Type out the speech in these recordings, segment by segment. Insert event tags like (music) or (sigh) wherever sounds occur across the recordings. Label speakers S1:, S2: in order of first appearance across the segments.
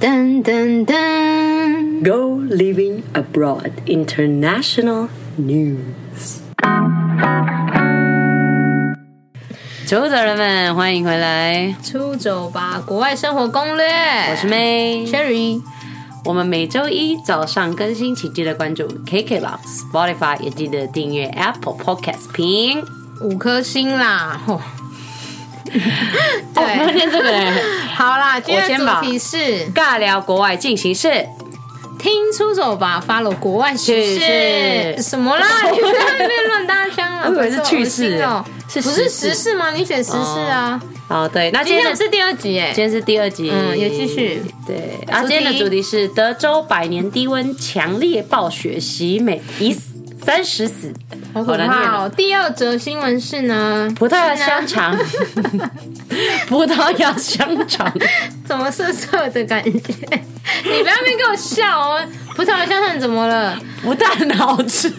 S1: 噔噔噔！
S2: Go Living Abroad International News。
S3: 出走人们，欢迎回来，
S1: 出走吧，国外生活攻略。
S3: 我是 May。
S1: Sherry，
S3: 我们每周一早上更新，请记得关注 KKBox、Spotify，也记得订阅 Apple Podcast 评。
S1: 五颗星啦！
S3: (laughs)
S1: 吼
S3: 哦，没有念这个欸
S1: 好啦，今天
S3: 我先
S1: 的
S3: 吧
S1: 主题是
S3: 尬聊国外进行式。
S1: 听出走吧，follow 国外时事。
S3: 是是
S1: 什么啦？
S3: (laughs)
S1: 你不要在那边乱搭腔了。
S3: 我以为是
S1: 不
S3: 趣事
S1: 恶心哦
S3: 是
S1: 不是
S3: 时事
S1: 时事吗？你选时事啊？
S3: 哦，对，那
S1: 今
S3: 今
S1: 天
S3: 天
S1: 是第二集
S3: 今
S1: 哎。
S3: 天是第二集，
S1: 嗯有继续。
S3: 对，啊，今天的主题是德州百年低温强烈暴雪袭美，已死三十死，
S1: 好
S3: 好
S1: 可
S3: 难念
S1: 怕
S3: 哦。
S1: 哦！第二则新闻是呢，
S3: 葡萄牙
S1: 是呢
S3: 香肠，
S1: 啊
S3: 葡萄牙香肠，
S1: 怎么涩涩的感觉？ (laughs) 你不要在那边给我笑哦！葡萄牙香肠怎么了？
S3: 不但好吃，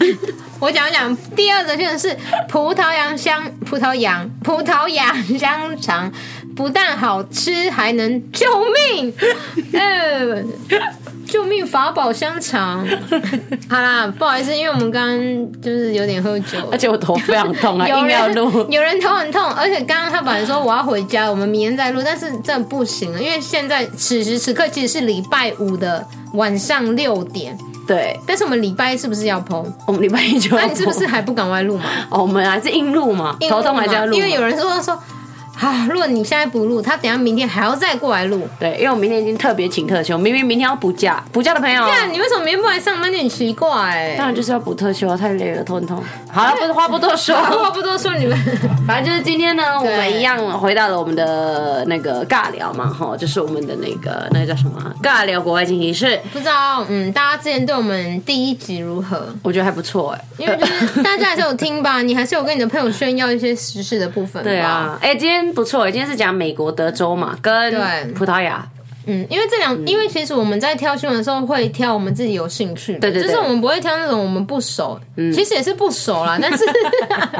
S1: 我讲一讲第二则新闻是葡萄牙香葡萄牙葡萄牙香肠不但好吃，还能救
S3: (laughs)
S1: 命！呃，救命法宝香肠。好啦，不好意思，因为我们刚刚就是有点喝酒。
S3: 而且我头非常痛啊，
S1: 有
S3: (laughs) 硬要录
S1: 人。有人头很痛，而且刚刚他本来说我要回家，我们明天再录，但是真的不行了，因为现在此时此刻其实是礼拜五的晚上六点，
S3: 对，
S1: 但是我们礼拜是不是
S3: (laughs)
S1: 要剖？
S3: 我们礼拜一就要
S1: 啊那你是不
S3: 播
S1: 是还不赶快录嘛？
S3: 哦，我们还是硬录嘛，
S1: 因为
S3: 头痛还是要录嘛，
S1: 因为有人说说，啊，如果你现在不录，他等一下明天还要再过来录。
S3: 对，因为我明天已经特别请特休，明明明天要补假，补假的朋友，
S1: 对啊，你为什么明天不来上班？你很奇怪哎、
S3: 当然就是要补特休啊，太累了，头很痛。好了，不是话不多 (laughs) 说，
S1: 好话不多说，你们 (laughs)
S3: 反正就是今天呢，我
S1: 对
S3: 们一样回到了我们的那个尬聊嘛，哈，就是我们的那个那个叫什么啊尬聊国外进行式，
S1: 不知道，嗯，大家之前对我们第一集如何？
S3: 我觉得还不错哎、
S1: 因为
S3: (laughs)
S1: 就是大家还是有听吧，你还是有跟你的朋友炫耀一些时事的部分。
S3: 对，啊，哎、今天不错、哎今天是讲美国德州嘛，
S1: 对
S3: 跟葡萄
S1: (laughs)
S3: 牙， (laughs)
S1: 嗯，因为这两，因为其实我们在挑新闻的时候会挑我们自己有兴趣的，
S3: 对对对嗯
S1: 就是我们不会挑那种我们不熟，其实也是不熟啦，但是 (laughs)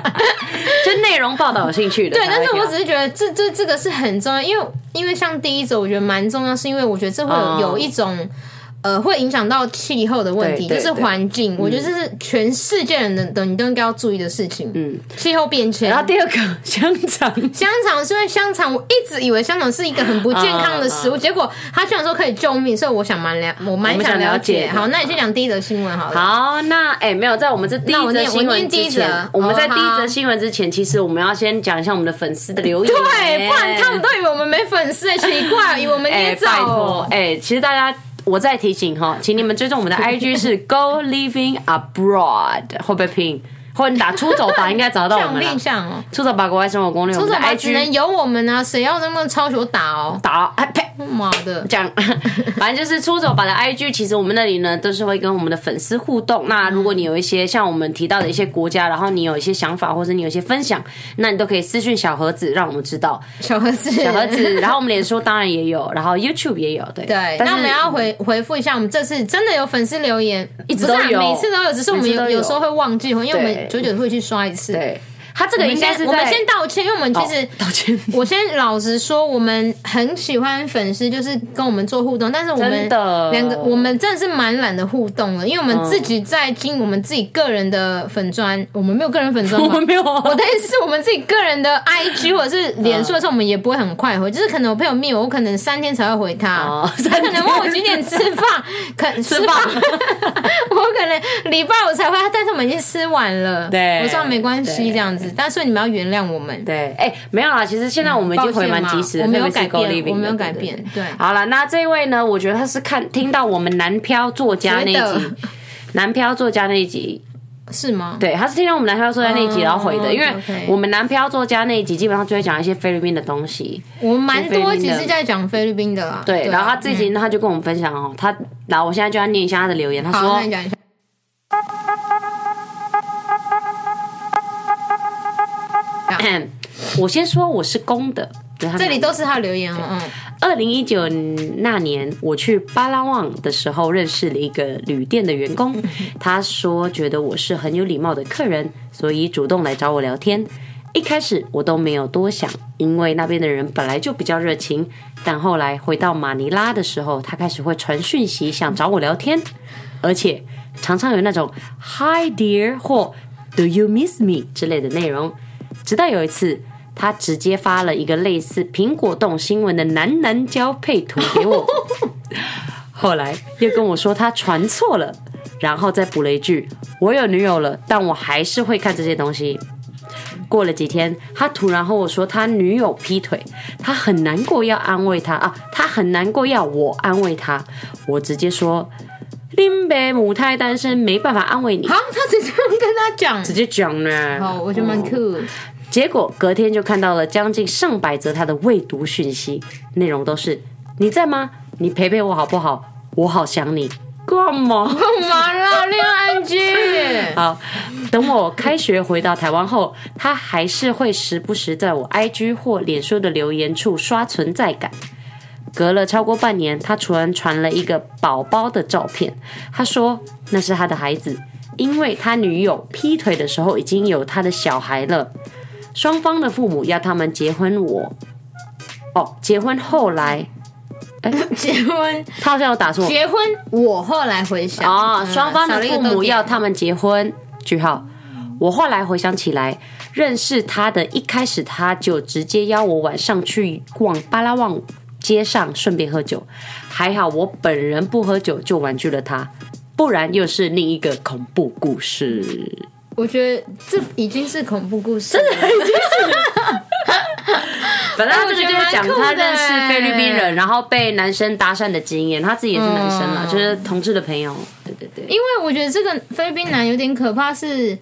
S3: 就内容报道有兴趣的。
S1: 对，
S3: 才会
S1: 但是我
S3: 聊
S1: 只是觉得这这这个是很重要，因为因为像第一则，我觉得蛮重要，是因为我觉得这会有
S3: 嗯
S1: 有一种。呃，会影响到气候的问题，
S3: 对对嗯
S1: 就是环境。我觉得这是全世界人的的你都应该要注意的事情。嗯，气候变迁。
S3: 然后第二个香肠，
S1: 香肠是因为香肠，我一直以为香肠是一个很不健康的食物，结果他居然说可以救命，所以我想蛮了，我蛮
S3: 啊我们想
S1: 了
S3: 了解
S1: 解。
S3: 的
S1: 好，那你先讲第一则新闻好了。，
S3: 好，那哎、没有，在我们这第
S1: 那我
S3: 一则
S1: 念
S3: 新
S1: 我
S3: 闻
S1: 念第一
S3: 之
S1: 则
S3: 前，我们在
S1: 哦好
S3: 第一则新闻之前，其实我们要先讲一下我们的粉丝的留言，
S1: 哎对，不然他们都以为我们没粉丝，欸奇怪，以为我们
S3: (laughs) 哎、
S1: 捏
S3: 拜托
S1: 造。哦
S3: 哎、其实大家。我再提醒哈，请你们追踪我
S1: (laughs)
S3: 们的 IG 是 Go Living Abroad，会不会拼？或者你打出走吧，应该找到我
S1: 像 (laughs)
S3: 们了
S1: 病。像哦，
S3: 出走吧，国外生活攻略，我
S1: 出
S3: 们
S1: 手
S3: 的
S1: 吧只能
S3: IG
S1: 有我们啊，谁要那么超球打哦？
S3: 打哎呸。
S1: 妈的，
S3: 讲， (laughs) 反正就是出走吧的 IG，其实我们那里呢都是会跟我们的粉丝互动。那如果你有一些像我们提到的一些国家，然后你有一些想法，或者你有一些分享，那你都可以私讯小盒子，让我们知道。
S1: 小盒子，小
S3: 小盒
S1: (laughs)
S3: 子，然后我们脸书当然也有，然后 YouTube 也有，对
S1: 对，
S3: 但是
S1: 那我们要回回复一下，我们这次真的有粉丝留言，
S3: 一直
S1: 不是啊
S3: 都有
S1: 每次都有，只是我们
S3: 每次
S1: 有
S3: 都有
S1: 有时候会忘记回，因为我们久
S3: 对
S1: 久会去刷一次。
S3: 对，他这
S1: 我
S3: 个
S1: 们
S3: 应该
S1: 先
S3: 是
S1: 我们
S3: 在
S1: 先道歉，因为我们其实
S3: 哦。 (laughs) 道歉，
S1: 我先老实说，我们很喜欢粉丝，就是跟我们做互动，但是我们
S3: 真的嗯
S1: 两个，我们真的是蛮懒的互动了，因为我们自己在经营我们自己个人的粉砖， (laughs) 我们没有个人粉砖吧，
S3: 我们没有
S1: 我 (laughs) 的意思是我们自己个人的 IG 或者是脸书的时候，我们也不会很快回，就是可能我朋友密我，我可能三天才会回他，
S3: 嗯哦
S1: 他可能问我几点吃饭，
S3: (laughs)
S1: 可吃饭， (laughs) 我可能礼拜五才回他，但是我们已经吃完了，
S3: 对
S1: 我说啊没关系
S3: 对
S1: 这样子，但是你们要原谅我们，
S3: 对，哎、没有啦，其实现在我们已经回蛮及时的，
S1: 嗯抱歉嘛我没有
S3: 特别是
S1: 改变
S3: Go Living 的
S1: 我没有
S3: 对
S1: 改
S3: 对
S1: 变
S3: 对
S1: 对
S3: 好了，那这一位呢，我觉得他是看听到我们南漂作家那一
S1: 觉得
S3: 集。南漂作家那一集，
S1: 是吗？
S3: 对，他是听到我们南漂作家那一集然后回的，
S1: 哦
S3: 因为
S1: OK，OK
S3: 我们南漂作家那一集基本上就会讲一些菲律宾的东西，
S1: 我们蛮多集
S3: 菲律宾的
S1: 是在讲菲律宾的啦，啊
S3: 对，然后他
S1: 己
S3: 自己呢，他就跟我们分享哦，他，然后我现在就要念一下他的留言，他
S1: 好，
S3: 说
S1: 那你，讲一下，
S3: (clears throat) 我先说我是公的，对，他
S1: 这
S3: 没
S1: 里
S3: 有
S1: 都是他的留言哦，嗯。
S3: 二零一九那年，我去巴拉望的时候，认识了一个旅店的员工。他说觉得我是很有礼貌的客人，所以主动来找我聊天。一开始我都没有多想，因为那边的人本来就比较热情。但后来回到马尼拉的时候，他开始会传讯息想找我聊天，而且常常有那种 “Hi dear” 或 “Do you miss me” 之类的内容。直到有一次，他直接发了一个类似苹果动新闻的男男交配图给我， (laughs) 后来又跟我说他传错了，然后再补了一句：“我有女友了，但我还是会看这些东西。”过了几天，他突然和我说他女友劈腿，他很难过，要安慰他啊，他很难过，要我安慰他。我直接说，林北母胎单身，没办法安慰你，
S1: 好，他直接跟他讲，
S3: 直接讲呢。
S1: 哦，我觉得蛮酷。
S3: 结果隔天就看到了将近上百则他的未读讯息，内容都是“你在吗？你陪陪我好不好？我好想你。”干嘛？
S1: (laughs) 干嘛啦，恋爱剧？
S3: 好，等我开学回到台湾后，他还是会时不时在我 IG 或脸书的留言处刷存在感。隔了超过半年，他突然传了一个宝宝的照片，他说那是他的孩子，因为他女友劈腿的时候已经有他的小孩了，双方的父母要他们结婚我。哦，结婚后来
S1: 结婚，
S3: 他好像有打错，
S1: 结婚，我后来回想，
S3: 哦，
S1: 嗯
S3: 双方的父母要，
S1: 少了一个
S3: 他们结婚。句号。我后来回想起来，认识他的一开始，他就直接邀我晚上去逛巴拉望街上，顺便喝酒。还好我本人不喝酒，就婉拒了他，不然又是另一个恐怖故事。
S1: 重点我觉得这已经是恐怖故事了，
S3: 本来他这个就是讲
S1: 哎我觉得
S3: 他
S1: 蛮酷的
S3: 认识菲律宾人，然后被男生搭讪的经验，他自己也是男生
S1: 嗯
S3: 啦，就是同志的朋友。对对对。
S1: 因为我觉得这个菲律宾男有点可怕是。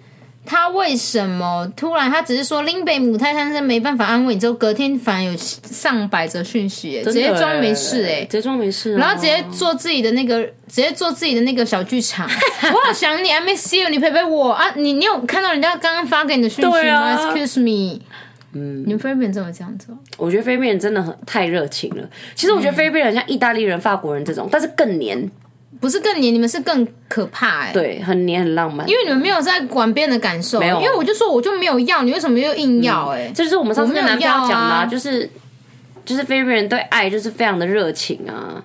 S1: 他为什么突然？他只是说林北母胎单身没办法安慰你，之后隔天反而有上百则讯息，直接装没事哎、
S3: 直接装没事啊、
S1: 然后直接做自己的那个，直接做自己的那个小
S3: (laughs)
S1: 剧场。我好想你，I miss you，你陪陪我啊！你你有看到人家刚刚发给你的讯息
S3: 对
S1: 吗、
S3: 啊
S1: e x c u s e me，嗯，你们菲律宾人怎么这样子哦？
S3: 我觉得菲律宾人真的很太热情了。其实我觉得菲律宾人像意大利人、法国人这种，但是更黏，
S1: 不是更黏，你们是更可怕哎、
S3: 对，很黏，很浪漫。
S1: 因为你们没有在管别人的感受，
S3: 没有
S1: 因为我就说我就没有要，你为什么又硬要、哎、
S3: 这就是我们上次跟男朋友讲的、
S1: 我没有要啊
S3: 就是就是菲律宾人对爱就是非常的热情啊。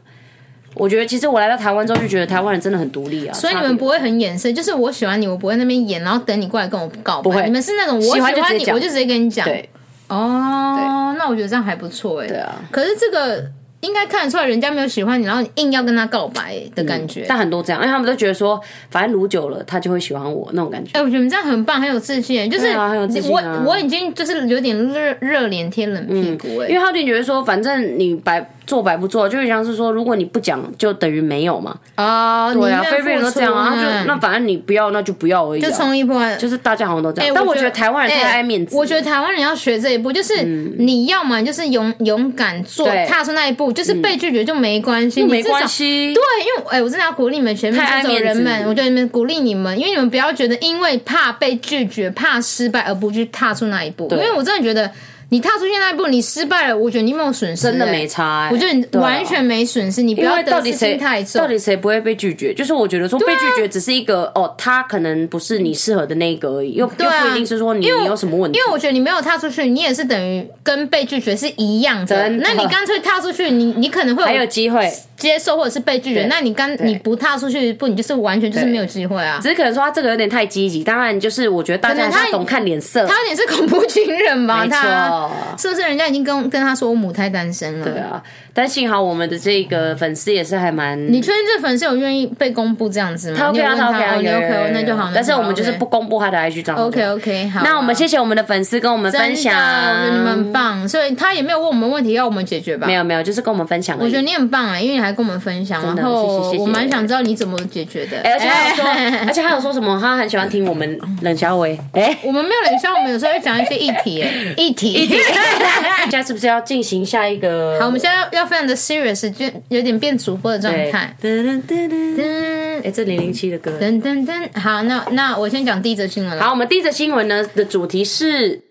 S3: 我觉得其实我来到台湾之后就觉得台湾人真的很独立啊，
S1: 所以你们不会很掩饰，就是我喜欢你，我不会那边演，然后等你过来跟我告
S3: 会
S1: 白。你们是那种我
S3: 喜
S1: 喜
S3: 欢就直接
S1: 欢你，
S3: 讲
S1: 我就直接跟你讲。
S3: 对
S1: 哦，那我觉得这样还不错哎。对
S3: 啊。
S1: 可是这个应该看得出来，人家没有喜欢你，然后你硬要跟他告白的感觉。
S3: 但很多这样，因为他们都觉得说，反正撸久了他就会喜欢我那种感觉。
S1: 哎、我觉得你这样很棒，很有自信，就是、
S3: 对啊很有自信啊
S1: 我我已经就是有点热热脸贴冷屁股哎、
S3: 因为他就觉得说，反正你白做白不做，就像是说，如果你不讲，就等于没有嘛。
S1: 哦，
S3: 对啊，
S1: 你
S3: 菲律宾人都这样啊，他
S1: 愿付出
S3: 就那反正你不要，那就不要而已、啊。
S1: 嗯就冲一波，
S3: 就是大家好像都这样，
S1: 哎
S3: 但我觉得台湾人太
S1: 哎
S3: 爱面子。嗯
S1: 我觉得台湾人要学这一步，就是你要么就是勇勇敢做
S3: 对，嗯
S1: 踏出那一步，就是被拒绝就没关系，
S3: 就
S1: 你
S3: 没
S1: 至少
S3: 关。系，啊
S1: 对，因为哎、我真的要鼓励你们全面
S3: 太爱
S1: 接受人
S3: 面
S1: 们，
S3: 子
S1: 我觉得你们鼓励你们，因为你们不要觉得因为怕被拒绝、怕失败而不去踏出那一步，因为我真的觉得你踏出去那一步，你失败了，我觉得你没有损失、
S3: 真的
S1: 哎
S3: 没差欸
S1: 我觉得你
S3: 对啊
S1: 完全没损失，你不
S3: 因
S1: 要
S3: 为到
S1: 得
S3: 底
S1: 失
S3: 谁
S1: 心太重啊
S3: 到。底谁不会被拒绝？就是我觉得说被拒绝只是一个、哦，他可能不是你适合的那个而已，又、
S1: 啊
S3: 又不一定是说你
S1: 因为
S3: 你有什么问题
S1: 因。为我觉得你没有踏出去，你也是等于跟被拒绝是一样的。
S3: 真的
S1: 那你干脆踏出去，你你可能会
S3: 还有机会，
S1: 接受或者是被拒绝
S3: 对，
S1: 那你刚你不踏出去一步，你就是完全就是没有机会啊。
S3: 只是可能说他这个有点太积极。当然，就是我觉得大家
S1: 可能
S3: 还
S1: 他
S3: 是要懂看脸色，
S1: 他有点是恐怖情人吧？
S3: 没
S1: 他
S3: 错。
S1: 是不是人家已经跟跟他说我母胎单身了？
S3: 对。啊，但幸好我们的这个粉丝也是还蛮，
S1: 你确定这粉丝有愿意被公布这样子吗？
S3: 他 OK
S1: 你有
S3: 啊，
S1: 问
S3: 他
S1: 他
S3: OK 啊，
S1: 哦你
S3: 有有
S1: OK，
S3: 有
S1: 哦
S3: 有
S1: 那就好。
S3: 但是我们就是不公布他的 IG 账号。
S1: OK OK 好啊。
S3: 那我们谢谢我们的粉丝跟我们分享
S1: 真的我觉得你们很棒，所以他也没有问我们问题要我们解决吧？
S3: 没有没有，就是跟我们分享而已。
S1: 我觉得你很棒啊、因为你还跟我们分享，
S3: 的
S1: 然后
S3: 谢谢谢谢
S1: 我蛮想知道你怎么解决的。
S3: 哎、而且还有说，
S1: 哎
S3: 而且还有说什么？他很喜欢听我们冷小伟。哎、
S1: 我们没有冷笑，我们有时候会讲一些议题、
S3: (laughs)
S1: 哎议题，议题。
S3: 大家是不是要进行下一个？
S1: 好，我们现在要要非常的 serious，就有点变主播的状
S3: 对
S1: 态。
S3: 噔噔噔噔
S1: 噔
S3: 哎、这零零七的歌。
S1: 噔噔噔，好，那那我先讲第一则新闻了。
S3: 好，我们第一则新闻呢的主题是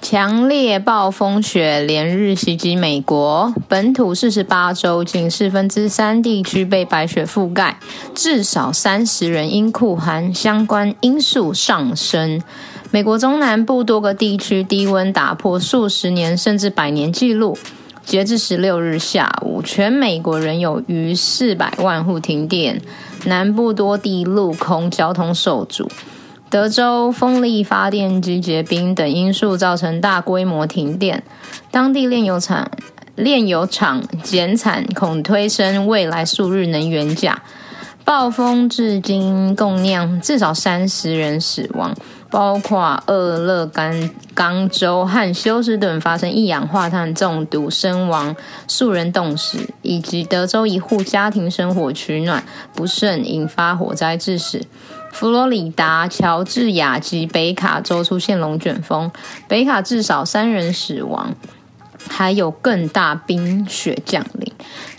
S1: 强烈暴风雪连日袭击美国，本土四十八州近四分之三地区被白雪覆盖，至少三十人因酷寒相关因素上升。美国中南部多个地区低温打破数十年甚至百年纪录。截至十六日下午，全美国仍有逾四百万户停电，南部多地陆空交通受阻。德州风力发电机结冰等因素造成大规模停电，当地炼油厂炼油厂减产恐推升未来数日能源价。暴风至今共酿至少三十人死亡，包括俄勒冈冈州和休斯顿发生一氧化碳中毒身亡数人冻死，以及德州一户家庭生火取暖不慎引发火灾致死。佛罗里达、乔治亚及北卡州出现龙卷风，北卡至少三人死亡，还有更大冰雪降临。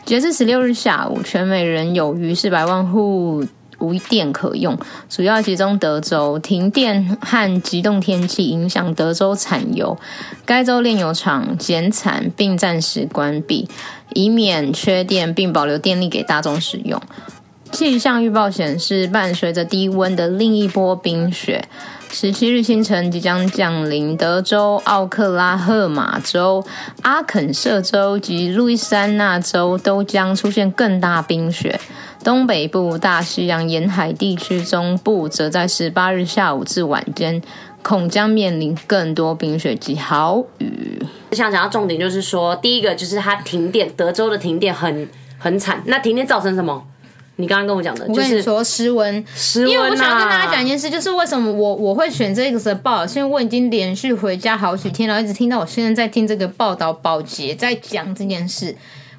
S1: 截至十六日下午，全美仍有逾四百万户无电可用，主要集中德州。停电和极冻天气影响德州产油，该州炼油厂减产并暂时关闭，以免缺电并保留电力给大众使用。气象预报显示，伴随着低温的另一波冰雪，十七日清晨即将降临德州、奥克拉荷马州、阿肯色州及路易斯安那州，都将出现更大冰雪。东北部、大西洋沿海地区中部，则在十八日下午至晚间，恐将面临更多冰雪及豪雨。
S3: 我想讲到重点就是说，第一个就是它停电，德州的停电很很惨。那停电造成什么？你刚刚跟我讲的
S1: 我
S3: 就
S1: 跟你
S3: 是
S1: 说，诗文，
S3: 失温、啊、
S1: 因为我想要跟大家讲一件事，就是为什么我我会选这个报，是因为我已经连续回家好几天，然后一直听到我现在在听这个报道，宝洁在讲这件事，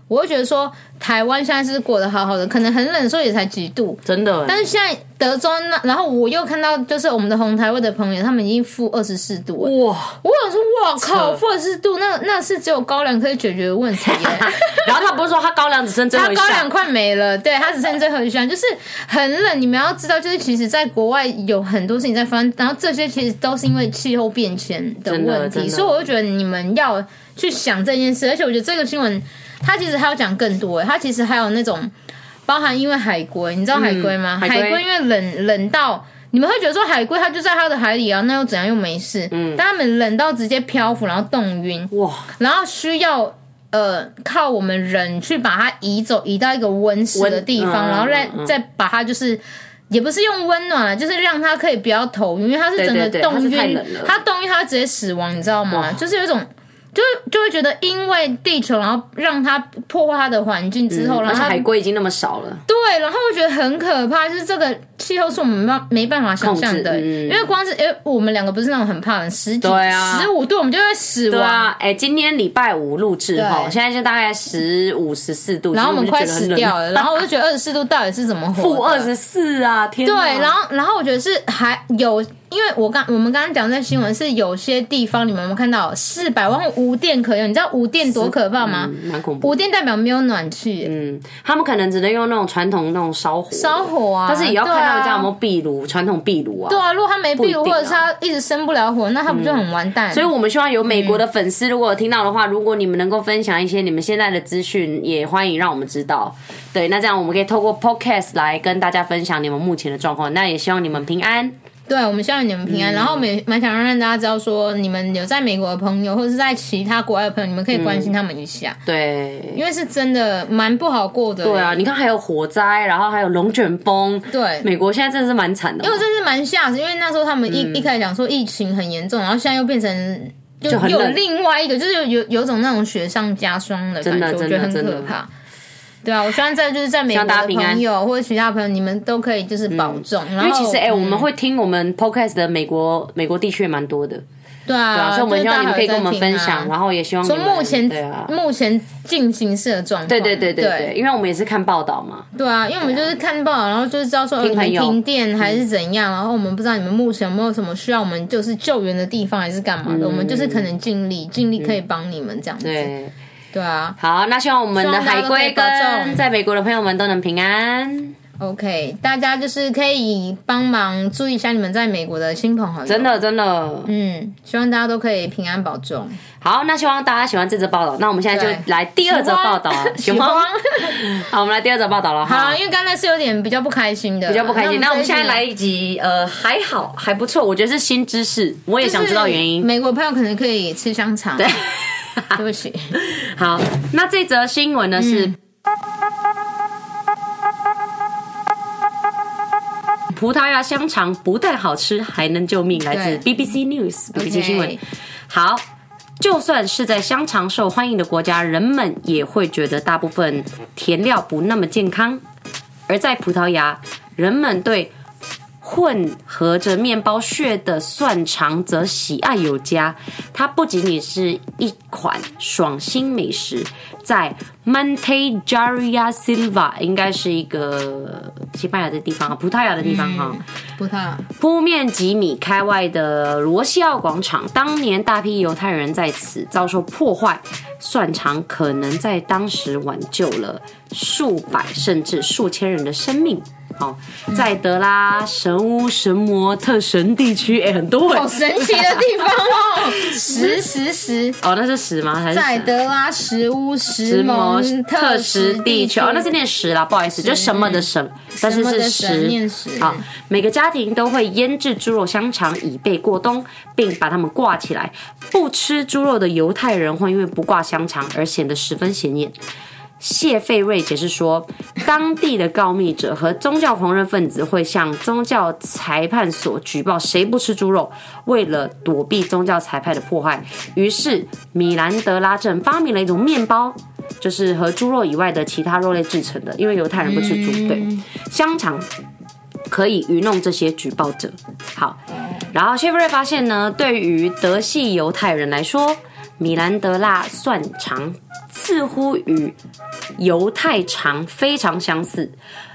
S1: 我会觉得说台湾现在是过得好好的，可能很冷的时候也才几度，
S3: 真的欸，
S1: 但是现在德州那，然后我又看到就是我们的红台位的朋友，他们已经负二十四度了，
S3: 哇！
S1: 我想说，哇靠，
S3: 扯
S1: 负二十四度，那那是只有高粱可以解决的问题耶、
S3: (laughs) 然后他不是说他高粱只剩最后
S1: 它
S3: 一
S1: 高
S3: 项
S1: 粱，快没了，对，它只剩最后一项，就是很冷。你们要知道，就是其实在国外有很多事情在发生，然后这些其实都是因为气候变迁的
S3: 真的
S1: 问
S3: 真
S1: 题，
S3: 的
S1: 所以我就觉得你们要去想这件事。而且我觉得这个新闻，它其实还要讲更多，它其实还有那种包含因为海龟，你知道海龟吗？
S3: 嗯海龟
S1: 海龟因为冷冷到。你们会觉得说海龟它就在它的海里啊，那又怎样又没事？嗯，但它们冷到直接漂浮，然后冻晕，
S3: 哇！
S1: 然后需要呃靠我们人去把它移走，移到一个温室的地方，
S3: 温嗯
S1: 然后再、
S3: 嗯嗯
S1: 再把它就是。也不是用温暖了，就是让它可以不要头晕，因为它是整个
S3: 对对对
S1: 冻
S3: 它是太
S1: 晕
S3: 冷了，
S1: 它冻晕它直接死亡，你知道吗
S3: 哇？
S1: 就是有一种，就就会觉得因为地球，然后让它破坏它的环境之后，
S3: 而
S1: 然
S3: 且
S1: 后它
S3: 海龟已经嗯那么少了，
S1: 对，然后我觉得很可怕，就是这个气候是我们没办没办法想象的，
S3: 控制嗯
S1: 因为光是诶、我们两个不是那种很怕冷，十几、
S3: 对啊
S1: 十五度我们就会死
S3: 对
S1: 亡，
S3: 啊，哎、今天礼拜五录制
S1: 对
S3: 哈，现在就大概十五十四度，
S1: 然后我们
S3: 其实
S1: 快
S3: 就觉得很
S1: 死
S3: 冷啊
S1: 掉了，然后我就觉得二十四度到底是怎么活的？
S3: 负二十四啊，天哪
S1: 对，然后然后我觉得是还有，因为我刚我们刚刚讲这新闻是有些地方你们有没有看到四百万户无电可用？你知道无电多可怕吗？
S3: 嗯蛮恐怖。
S1: 无电代表没有暖气，
S3: 嗯，他们可能只能用那种传统那种烧火的，
S1: 烧火啊，
S3: 但是也要看他们家有没有
S1: 对啊。
S3: 壁炉，传统壁炉啊。
S1: 对啊，如果他没
S3: 不一
S1: 壁炉，
S3: 定
S1: 或
S3: 啊嗯
S1: 者是他一直生不了火，那他不就很完蛋？
S3: 所以，我们希望有美
S1: 嗯
S3: 国的粉丝，如果有听到的话，如果你们能够分享一些你们现在的资讯，也欢迎让我们知道。对，那这样我们可以透过 podcast 来跟大家分享你们目前的状况。那也希望你们平安。
S1: 对，啊我们希望你们平
S3: 嗯
S1: 安。然后我们也蛮想让大家知道说，你们有在美国的朋友，或者是在其他国外的朋友，你们可以关
S3: 嗯
S1: 心他们一下，
S3: 对，
S1: 因为是真的蛮不好过的。
S3: 对啊，你看还有火灾，然后还有龙卷风，
S1: 对
S3: 美国现在真的是蛮惨的
S1: 因。为真是蛮吓死，因为那时候他们一、
S3: 嗯
S1: 一开始讲说疫情很严重，然后现在又变成就
S3: 就很
S1: 有
S3: 冷
S1: 另外一个，就是有有有种那种雪上加霜的感
S3: 真
S1: 觉，
S3: 的
S1: 我觉得很
S3: 真的
S1: 可怕。对啊，我希望在就是在美国
S3: 望大家
S1: 的
S3: 平安嗯
S1: 朋友或者其他朋友，你们都可以就是保重。然
S3: 因
S1: 后
S3: 为其实哎、
S1: 嗯
S3: 我们会听我们 podcast 的美国美国地区也蛮多的，
S1: 对啊，
S3: 啊，所以我们希
S1: 就是
S3: 望你们可以
S1: 大
S3: 跟
S1: 家
S3: 我们
S1: 有在
S3: 分
S1: 听啊
S3: 享，然后也希望你
S1: 说
S3: 们
S1: 目前
S3: 对啊，
S1: 目前进行式的状况，
S3: 对对对对
S1: 对
S3: 对，因为我们也是看报道嘛，
S1: 对啊，因为我们就是看报，然后就是知道说呃你们
S3: 朋友
S1: 停电还是怎样，然后我们不知道你们目前有没有什么需要我们就是救援的地方还是干嘛的，我们就是可能尽力尽力可以帮你们这样子。
S3: 嗯对。
S1: 对啊，
S3: 好，那希望我们
S1: 希
S3: 的
S1: 望大家
S3: 海
S1: 都可以
S3: 龟
S1: 保重
S3: 跟在美国的朋友们都能平安。
S1: OK，大家就是可以帮忙注意一下你们在美国的亲朋好友。
S3: 真，的真的。
S1: 嗯，希望大家都可以平安保重。
S3: 好，那希望大家喜欢这则报道。那我们现在
S1: 对
S3: 就来第二则报道，啊
S1: 喜
S3: 欢
S1: 欢。
S3: (laughs) 好，我们来第二则报道了
S1: 好，
S3: 哈，
S1: 因为刚才是有点比较不开心的，
S3: 比较不开心。那我们现在来
S1: 就
S3: 一集，呃，还好，还不错，我觉得是新知识，我也
S1: 是嗯
S3: 想知道原因。
S1: 美国朋友可能可以吃香肠，对，不
S3: (laughs)
S1: 起，
S3: 好，那这则新闻呢是。
S1: 嗯
S3: 葡萄牙香肠不但好吃，还能救命，来自 BBC News BBC 新闻。好，就算是在香肠受欢迎的国家，人们也会觉得大部分甜料不那么健康。而在葡萄牙，人们对混合着面包屑的蒜肠则喜爱有加。它不仅仅是一款爽心美食，在 Mantejaria Silva 应该是一个西班牙的地方啊，葡萄牙的地方哈、
S1: 葡萄牙
S3: 扑面几米开外的罗西奥广场，当年大批犹太人在此遭受破坏，蒜肠可能在当时挽救了数百甚至数千人的生命。哦，在德拉神屋神魔特神地区，哎、很
S1: (laughs)
S3: 多哎、
S1: 好神奇的地方哦，十十十。
S3: 哦，那是十吗？还是
S1: 在
S3: 什么
S1: 德拉什乌
S3: 石
S1: 石
S3: 摩
S1: 蒙
S3: 特
S1: 什
S3: 什地区哦，那是念石啦，不好意思，就什么的什，但是
S1: 什么
S3: 是
S1: 的
S3: 石
S1: 什念石
S3: 好，每个家庭都会腌制猪肉香肠以备过冬，并把它们挂起来。不吃猪肉的犹太人会因为不挂香肠而显得十分显眼。谢费瑞解释说，当地的告密者和宗教狂热分子会向宗教裁判所举报谁不吃猪肉。为了躲避宗教裁判的迫害，于是米兰德拉镇发明了一种面包，就是和猪肉以外的其他肉类制成的，因为犹太人不吃猪。对，香肠可以愚弄这些举报者。好，然后谢弗瑞发现呢，对于德系犹太人来说，米兰德辣蒜肠似乎与犹太肠非常相似，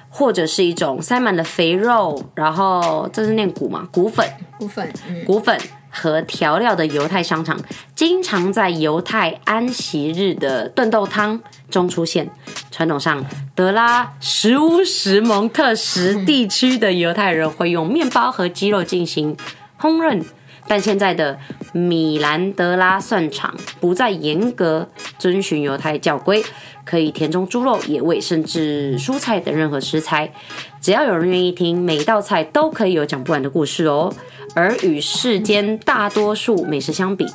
S3: 或者是一种塞满了肥肉，然后这是念骨嘛，骨粉，
S1: 部分，嗯，
S3: 骨粉和调料的犹太香肠，经常在犹太安息日的炖豆汤中出现。传统上，德拉什乌什蒙特什地区的犹太人会用面包和鸡肉进行烹饪。但现在的米兰德拉蒜肠不再严格遵循犹太教规，可以填充猪肉、野味甚至蔬菜等任何食材。只要有人愿意听，每道菜都可以有讲不完的故事哦。而与世间大多数美食相比，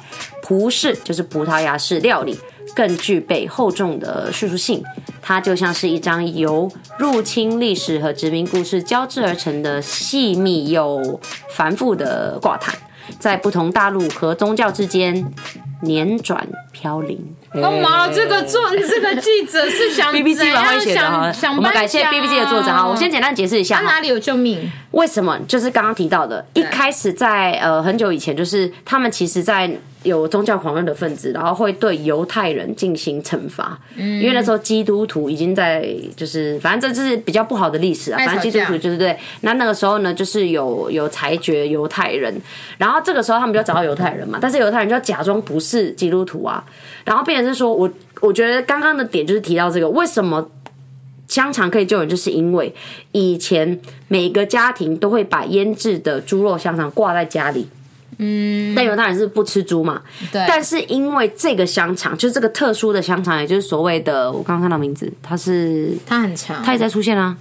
S3: 葡式就是葡萄牙式料理更具备厚重的叙述性。它就像是一张由入侵历史和殖民故事交织而成的细密又繁复的挂毯，在不同大陆和宗教之间辗转飘零。
S1: 干嘛？这个做这个记者是想
S3: BBC 蛮会写的哈
S1: 想，想
S3: 我们感谢
S1: 搬家
S3: BBC 的作者哈。我先简单解释一下
S1: 他
S3: 哈，
S1: 哪里有救命？
S3: 为什么？就是刚刚提到的，一开始在呃很久以前，就是他们其实，在有宗教狂热的分子，然后会对犹太人进行惩罚，
S1: 嗯
S3: 因为那时候基督徒已经在就是反正这就是比较不好的历史啊，
S1: 爱
S3: 反
S1: 吵架
S3: 正基督徒就是对。那那个时候呢，就是有有裁决犹太人，然后这个时候他们就找到犹太人嘛，但是犹太人就要假装不是基督徒啊，然后变成是说我我觉得刚刚的点就是提到这个为什么。香肠可以救人，就是因为以前每个家庭都会把腌制的猪肉香肠挂在家里。嗯，但犹太人是不吃猪嘛？
S1: 对
S3: 但是因为这个香肠，就是这个特殊的香肠，也就是所谓的我刚刚看到名字，它是
S1: 他很长，
S3: 它也在出现啊。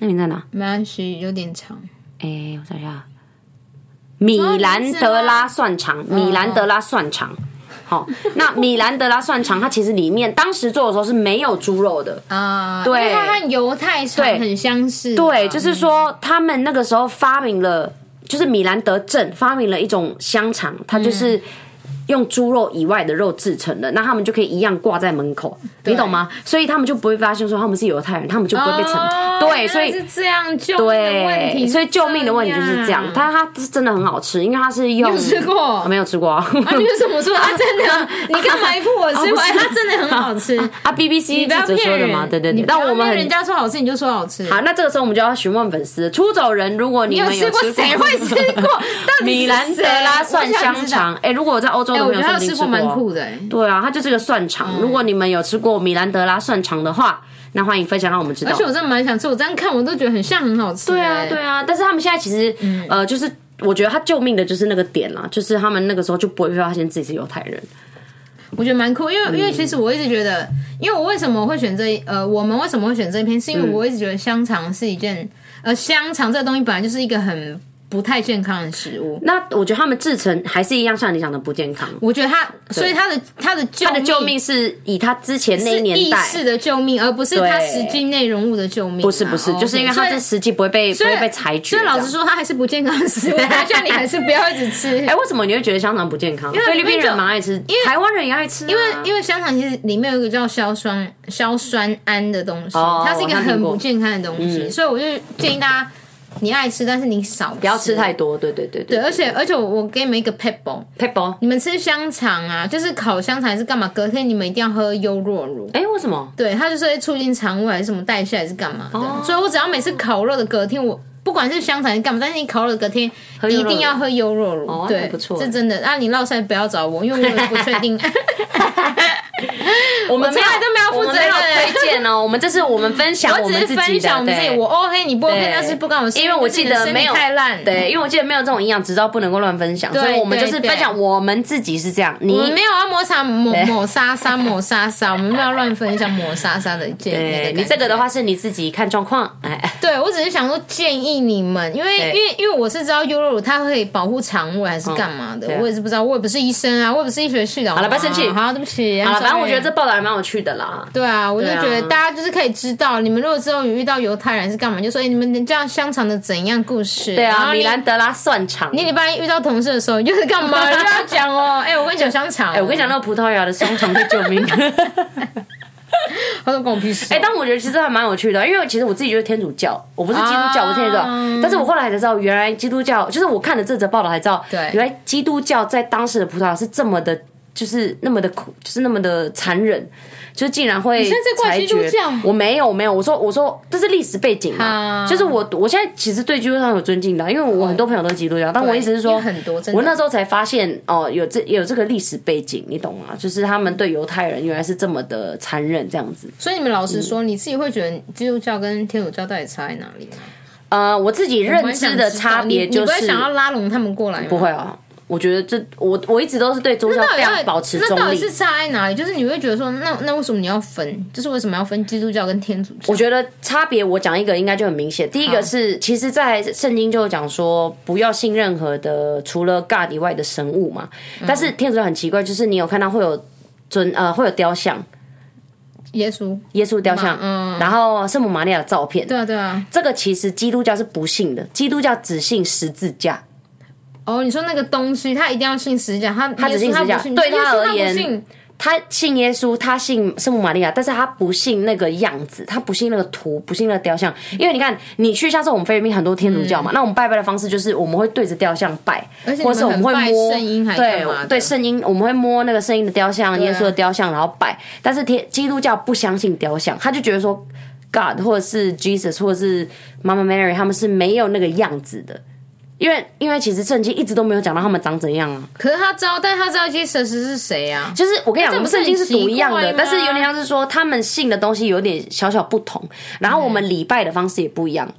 S3: 那名在哪？
S1: 没关系，有点长。
S3: 哎、我找一下，米兰德拉蒜肠，米兰德拉蒜肠。好，那米兰德拉蒜肠，它其实里面当时做的时候是没有猪肉的，
S1: 啊、
S3: 对
S1: 因为它和犹太城很相似、
S3: 对，
S1: 嗯
S3: 就是说他们那个时候发明了，就是米兰德镇发明了一种香肠，它就是。
S1: 嗯
S3: 用猪肉以外的肉制成的，那他们就可以一样挂在门口，你懂吗？所以他们就不会发现说他们是犹太人，他们就不会被惩罚。
S1: 哦
S3: 对，所
S1: 原来
S3: 以
S1: 是这样救命的问
S3: 对，
S1: 题，
S3: 所以救命的问题就是这样。但它是真的很好吃，因为它是用
S1: 有吃过
S3: 啊没有吃过啊？
S1: 啊，你为什么说它真的？你干嘛一副我吃完，
S3: 哦不是
S1: 它真的很好吃。
S3: (laughs) 啊！BBC
S1: 你不要
S3: 记者说
S1: 骗
S3: 的
S1: 人
S3: 嘛，对对
S1: 你
S3: 对。
S1: 不
S3: 但
S1: 要
S3: 我们
S1: 骗
S3: 很
S1: 人家说好吃，你就说好吃。
S3: 好，那这个时候我们就要询问粉丝，出走人，如果
S1: 你
S3: 们
S1: 吃
S3: 过
S1: 过？谁会吃过？到底
S3: 米兰德拉蒜香肠？哎、如果我在欧洲
S1: 哎，
S3: 的
S1: 我
S3: 朋
S1: 觉
S3: 友说
S1: 得他
S3: 不
S1: 吃
S3: 定
S1: 过
S3: 过、
S1: 蛮酷的哎。
S3: 对啊，它就是个蒜肠。如果你们有吃过米兰德拉蒜肠的话，那欢迎分享让我们知
S1: 而
S3: 道
S1: 且。我真的蛮想吃，我这样看我都觉得很像，很好吃。
S3: 对啊，对啊，但是他们现在其实，呃，就是我觉得他救命的就是那个点啦，就是他们那个时候就不会发现自己是犹太人。
S1: 我觉得蛮酷，因为、因为其实我一直觉得，因为我为什么会选这一呃，我们为什么会选这一篇，是因为我一直觉得香肠是一件、呃，香肠这个东西本来就是一个很不太健康的食物。
S3: 那我觉得他们制成还是一样，像你讲的不健康。
S1: 我觉得它，所以它的它的救
S3: 他的救命是以他之前那
S1: 是
S3: 一年
S1: 意
S3: 代，
S1: 识的救命，而不是它
S3: 对
S1: 实际内容物的救命啊、
S3: 不是不是，
S1: 哦
S3: 就是因为他
S1: 所
S3: 这
S1: 以
S3: 实际不会被不
S1: 所以
S3: 会被裁决。
S1: 所以老实说，它还是不健康
S3: (laughs)
S1: 的食物，大家你还是不要一直吃。
S3: 哎、为什么你会觉得香肠不健康？
S1: 为
S3: 菲律宾
S1: 因为就
S3: 人蛮爱吃，台湾人也爱吃啊、
S1: 因为因为香肠其实里面有一个叫硝酸硝酸铵的东西，
S3: 哦
S1: 它是一个
S3: 我好像
S1: 很
S3: 听过嗯
S1: 不健康的东西，所以我就建议大家，你爱吃，但是你少不
S3: 不要吃太多。对对对
S1: 对，
S3: 对
S1: 而且而且我我给你们一个 pebble，
S3: ，pebble。
S1: 你们吃香肠啊，就是烤香肠还是干嘛，隔天你们一定要喝优酪乳。
S3: 哎、为什么？
S1: 对，它就是会促进肠胃还是什么代谢还是干嘛的，
S3: 哦
S1: 所以我只要每次烤肉的隔天，我不管是香肠还是干嘛，但是你烤肉的隔天
S3: 喝优酪
S1: 一
S3: 乳
S1: 定要喝优酪乳，
S3: 哦
S1: 对，
S3: 那不错
S1: 这真的。那、你落赛不要找我，因为我也不
S3: (laughs)
S1: 确定。
S3: 我们没有
S1: 从来都没有负责
S3: 我们没有
S1: 任
S3: 推荐哦。我们这是我们分享
S1: 我只
S3: 们自
S1: 是分
S3: 己
S1: 享
S3: 的，
S1: 我们自己，
S3: 对
S1: 我 OK，你不 OK，
S3: 对
S1: 但是不关我事，
S3: 因为我记得
S1: 就是你的
S3: 没有
S1: 身体太烂，，
S3: 对，因为我记得没有这种营养执照不能够乱分享，所以我们就是
S1: 对对
S3: 分享我们自己是这样。
S1: 我
S3: 你
S1: 们没有要抹茶抹抹沙沙抹沙沙，我们没有乱分享抹沙沙的建议
S3: 对
S1: 的。
S3: 你这个的，话是你自己看状况，哎，
S1: 对我只是想说建议你们，因为
S3: 对
S1: 因为因为我是知道优酪乳它可以保护肠胃还是干嘛的
S3: 对，啊
S1: 我也是不知道，我也不是医生啊，我也不是医学哎系的。好
S3: 了不要生气
S1: 好，对不起。
S3: 好了，
S1: I'm
S3: 反正我觉得
S1: sorry
S3: 这报道还蛮有趣的啦。
S1: 对啊，我就
S3: 对啊
S1: 觉得大家就是可以知道，你们如果之后有遇到犹太人是干嘛，就说哎，你们这样香肠的怎样故事？
S3: 对
S1: 然后
S3: 啊，
S1: 你
S3: 米兰德拉蒜肠，
S1: 你礼拜一遇到同事的时候，你就是干嘛？你就要讲 (laughs) 哦，哎、我跟你讲香肠，哎、
S3: 哎，我跟你讲，那个葡萄牙的香肠会救
S1: (laughs)
S3: 命。
S1: 他说关我屁事。哦
S3: 哎、但我觉得其实还蛮有趣的，因为其实我自己就是天主教，我不是基督教，我
S1: 啊
S3: 是天主教。但是我后来才知道，原来基督教就是我看了这则报道才知道，
S1: 对
S3: 原来基督教在当时的葡萄牙是这么的，就是那么的苦，就是那么的残忍，就是竟然会
S1: 现在在怪
S3: 裁
S1: 基督
S3: 决
S1: 教。
S3: 我没有，没有，我说我说这是历史背景嘛
S1: 啊，
S3: 就是我我现在其实对基督教有尊敬的，因为我很多朋友都是基督教，但我意思是
S1: 因
S3: 说
S1: 为很多真的
S3: 我那时候才发现哦，有这有这个历史背景，你懂吗？就是他们对犹太人原来是这么的残忍，这样子。
S1: 所以你们老实说，你自己会觉得基督教跟天主教到底差在哪里吗？
S3: 呃，我自己认知的差别
S1: 你
S3: 就
S1: 你不会
S3: 是
S1: 想要拉拢他们过来吗？
S3: 不会啊。我觉得这我我一直都是对宗教
S1: 那到
S3: 非
S1: 底要
S3: 常保持
S1: 那
S3: 中
S1: 到底
S3: 立。
S1: 是差在哪里？就是你会觉得说，那那为什么你要分？就是为什么要分基督教跟天主教？
S3: 我觉得差别，我讲一个应该就很明显。第一个是，其实，在圣经就有讲说，不要信任何的除了 God 以外的神物嘛。
S1: 嗯
S3: 但是天主教很奇怪，就是你有看到会有尊呃会有雕像，
S1: 耶稣，
S3: 耶稣雕像，
S1: 嗯
S3: 然后圣母玛利亚的照片。
S1: 对啊对啊。
S3: 这个其实基督教是不信的，基督教只信十字架。
S1: 哦，你说那个东西，他一定要信十字架，他他
S3: 只信十字架
S1: 不信
S3: 对
S1: 耶稣
S3: 他而
S1: 不
S3: 言
S1: 信
S3: 他信耶稣，他信圣母玛利亚，但是他不信那个样子，他不信那个图，不信那个雕像。因为你看，你去像是我们菲律宾很多天主教嘛，那我们拜拜的方式就是我们会对着雕像拜，
S1: 嗯而且你们
S3: 或者是我们会
S1: 很拜
S3: 摸
S1: 圣婴还干嘛的
S3: 对对圣婴，我们会摸那个圣婴的雕像、耶稣的雕像，然后拜。但是天基督教不相信雕像，他就觉得说 God 或者是 Jesus 或者是 Mama Mary 他们是没有那个样子的。因为，因为其实圣经一直都没有讲到他们长怎样啊，
S1: 可是他知道，但是他知道 Jesus 是谁啊？
S3: 就是我跟你讲，
S1: 那这
S3: 我们
S1: 不是
S3: 圣经是读一样
S1: 很奇
S3: 的，
S1: 怪吗
S3: 但是有点像是说他们信的东西有点小小不同，然后我们礼拜的方式也不一样。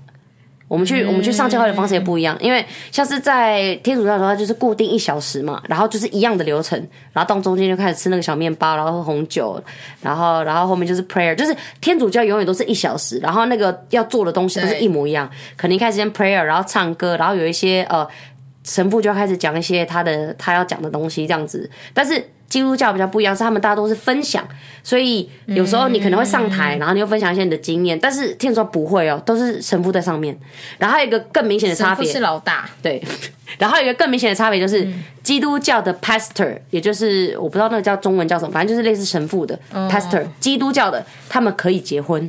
S3: 我们
S1: 嗯
S3: 去我们去上教会的方式也不一样，因为像是在天主教的时候，它就是固定一小时嘛，然后就是一样的流程，然后到中间就开始吃那个小面包，然后喝红酒，然后然后后面就是 prayer，就是天主教永远都是一小时，然后那个要做的东西都是
S1: 对
S3: 一模一样，可能一开始先 prayer，然后唱歌，然后有一些呃神父就要开始讲一些他的他要讲的东西这样子。但是基督教比较不一样，是他们大家都是分享，所以有时候你可能会上台，然后你又分享一些你的经验，但是天主教不会哦，都是神父在上面。然后还有一个更明显的差
S1: 神父
S3: 别
S1: 是，老大，
S3: 对，然后有一个更明显的差别就是、基督教的 pastor，也就是我不知道那个叫中文叫什么，反正就是类似神父的、pastor，基
S1: 哦
S3: 督教的他们可以结婚。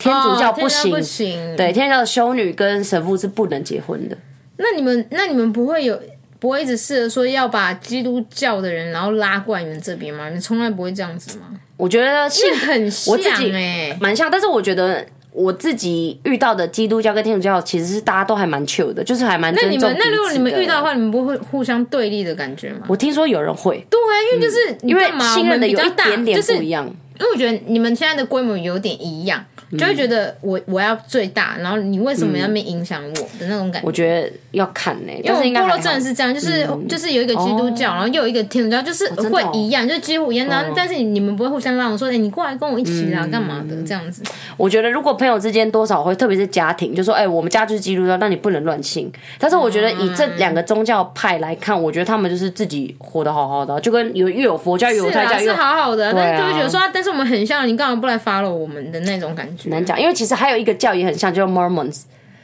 S3: 天主教
S1: 哦
S3: 不行，
S1: 天主教不行
S3: 对，天主教的修女跟神父是不能结婚的。
S1: 那你们那你们不会有不不会一直试着说要把基督教的人然后拉过来你们这边吗？你们从来不会这样子吗？
S3: 我觉得是
S1: 这很
S3: 我
S1: 像
S3: 自己
S1: 哎、
S3: 蛮像，但是我觉得我自己遇到的基督教跟天主教其实是大家都还蛮 chill 的，就是还蛮
S1: 那你
S3: 尊重
S1: 们那如果你们
S3: 彼此的
S1: 遇到的话，你们不会互相对立的感觉吗？
S3: 我听说有人会，
S1: 对啊，因为就是、你
S3: 因为
S1: 干嘛
S3: 信任的有
S1: 我
S3: 一
S1: 们比较大
S3: 点点
S1: 就是
S3: 不一样。
S1: 因为我觉得你们现在的规模有点一样，
S3: 嗯
S1: 就会觉得我我要最大，然后你为什么要那么影响我的那种感觉
S3: 我。觉得要看呢、
S1: 因
S3: 但是
S1: 为
S3: 应
S1: 我
S3: 该
S1: 部
S3: 还
S1: 落
S3: 好
S1: 真的是这样，就是、就是有一个基督教，然后又有一个天主教，就是
S3: 真的
S1: 会
S3: 哦
S1: 一样，就几乎一样。然后但是你们不会互相让我说，哎、你过来跟我一起
S3: 嗯
S1: 啦，干嘛的这样子？
S3: 我觉得如果朋友之间多少会，特别是家庭，就说哎、我们家就是基督教，那你不能乱信。但是我觉得
S1: 嗯
S3: 以这两个宗教派来看，我觉得他们就是自己活得好好的，就跟有又有佛教，又有
S1: 是
S3: 犹太
S1: 啊，
S3: 教，又
S1: 是
S3: 有
S1: 好好的，
S3: 对啊
S1: 但是就会觉得说，啊但是我们很像，你干嘛不来 follow 我们的那种感觉？
S3: 难讲，因为其实还有一个教也很像，就是 Mormons。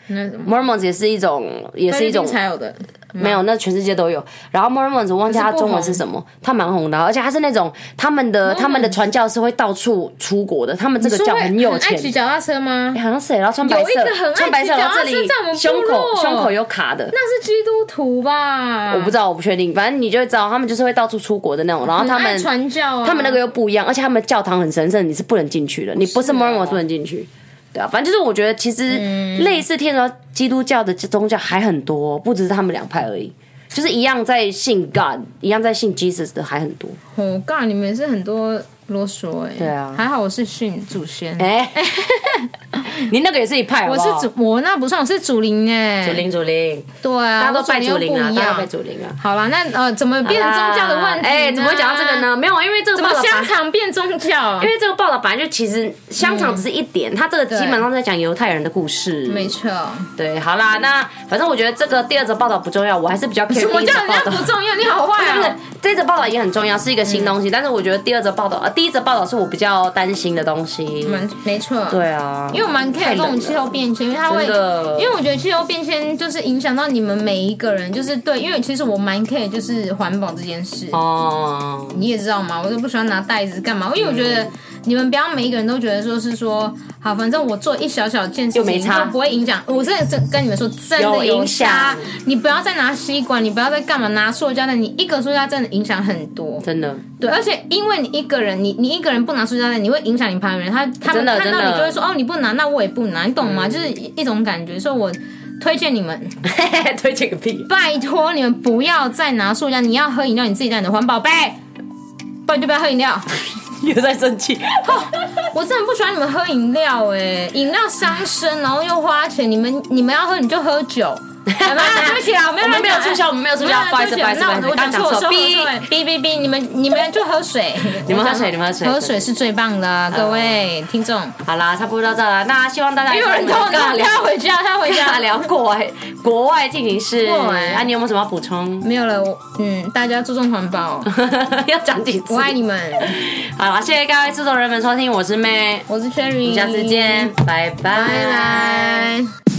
S1: 那种
S3: Mormons 也是一种，也是一种
S1: 菲律宾才有的，
S3: 没有，那全世界都有。然后 Mormons 我忘记它中文是什么，它蛮红的，啊而且它是那种他们的他们的传教是会到处出国的，他们这个
S1: 说
S3: 教
S1: 会
S3: 很有
S1: 爱
S3: 钱，
S1: 骑脚踏车吗？
S3: 好像是，然后穿白
S1: 有一个很
S3: 色，
S1: 爱
S3: 穿白色，
S1: 骑脚
S3: 然后这
S1: 踏车
S3: 里
S1: 在我们部
S3: 胸口
S1: 落
S3: 胸口有卡的，
S1: 那是基督徒吧？
S3: 我不知道，我不确定，反正你就会知道，他们就是会到处出国的那种，然后他
S1: 很爱
S3: 们。
S1: 传教啊，
S3: 他们那个又不一样，而且他们教堂很神圣，你是不能进去的，你不是 Mormon 不能进去。对啊，反正就是我觉得其实
S1: 嗯
S3: 类似天主教、基督教的宗教还很多，不只是他们两派而已，就是一样在信 God，一样在信 Jesus 的还很多。
S1: 我告诉哦你们也是很多啰嗦哎、
S3: 对啊
S1: 还好我是训祖先，
S3: 哎、 (laughs) 你那个也是一派好
S1: 我
S3: 不
S1: 是
S3: 好，
S1: 祖，我那不算，我是祖灵哎、
S3: 祖灵祖灵，
S1: 对啊，
S3: 大家都拜
S1: 我
S3: 祖
S1: 祖
S3: 灵
S1: 又
S3: 啊，
S1: 不一
S3: 大家都拜
S1: 样。
S3: 祖灵啊。
S1: 好啦，那呃，怎么变成宗教的问题呢？
S3: 哎、怎么会讲到这个呢？没有啊，因为这个
S1: 怎么
S3: 报道
S1: 香
S3: 本来
S1: 肠变宗教？
S3: 因为这个报道本来就其实香肠只是一
S1: 嗯
S3: 点，它这个基本上在讲犹太人的故事。
S1: 没错，
S3: 对，好啦，那反正我觉得这个第二则报道不重要，我还是比
S1: (laughs)
S3: 较 care
S1: 什么
S3: 第一则
S1: 叫人
S3: 报
S1: 家
S3: 道。
S1: 不重要？嗯你好坏
S3: 不是
S1: 啊！
S3: 这则报道也很重要，是一个新东西，但是我觉得第二则报道，呃，第一则报道是我比较担心的东西。
S1: 蛮没错，
S3: 对啊，
S1: 因为我蛮 care
S3: 太
S1: 这
S3: 冷
S1: 种
S3: 了
S1: 气候变迁，因为它会，
S3: 真的
S1: 因为我觉得气候变迁就是影响到你们每一个人，就是对，因为其实我蛮 care 就是环保这件事。
S3: 哦，
S1: 你也知道嘛，我就不喜欢拿袋子干嘛，因为我觉得你们不要每一个人都觉得说是说，好，反正我做一小小件事
S3: 又没
S1: 情
S3: 差
S1: 就不会影响。我真的真跟你们说，真
S3: 有
S1: 的
S3: 影
S1: 响
S3: 响。
S1: 你不要再拿吸管，你不要再干嘛拿塑胶袋，你一个塑胶袋真的影响很多。
S3: 真的， (laughs)
S1: 对，而且因为你一个人，你你一个人不拿塑胶袋，你会影响你旁边人，他他们
S3: 真的
S1: 看
S3: 真的
S1: 到
S3: 嗯
S1: 你就会说哦你不拿，那我也不拿，你懂吗？就是一一种感觉，所以我。推荐你们，
S3: 推荐个屁！
S1: 拜托你们不要再拿塑胶，你要喝饮料，你自己带你的环保杯，不然就不要喝饮料。
S3: 又在生气， (laughs)
S1: (laughs) 我真的不喜欢你们喝饮料哎、饮料伤身，然后又花钱。你们你们要喝你就喝酒，
S3: (laughs)
S1: 好吧？对不起啊，我没有
S3: 我们
S1: 乱
S3: 没有
S1: 讲啊
S3: 促销我们没有促销
S1: 啊
S3: 不好意思
S1: 对起
S3: 不好意思
S1: 那我
S3: 不好
S1: 讲
S3: 意思
S1: 错，
S3: 刚讲错
S1: 哔哔哔哔，你们你们就喝水，
S3: (laughs) 你们喝水你们喝水呃
S1: 喝水是最棒的，各位听众。
S3: 好啦，差不多到这啦。那希望大家
S1: 因为有人跟我
S3: 尬
S1: 说
S3: 聊
S1: 他要回家，他要回
S3: 尬
S1: 家。
S3: 聊国外国外进行式。
S1: 国外
S3: 啊，你有没有什么要补充？ (laughs)
S1: 没有了，我嗯，大家注重环保，
S3: 要讲几次？
S1: 我爱你们。
S3: 好啦，谢谢各位制作人们收听，我是妹，
S1: 我是 Cherry，
S3: 下次见，拜拜
S1: 拜拜。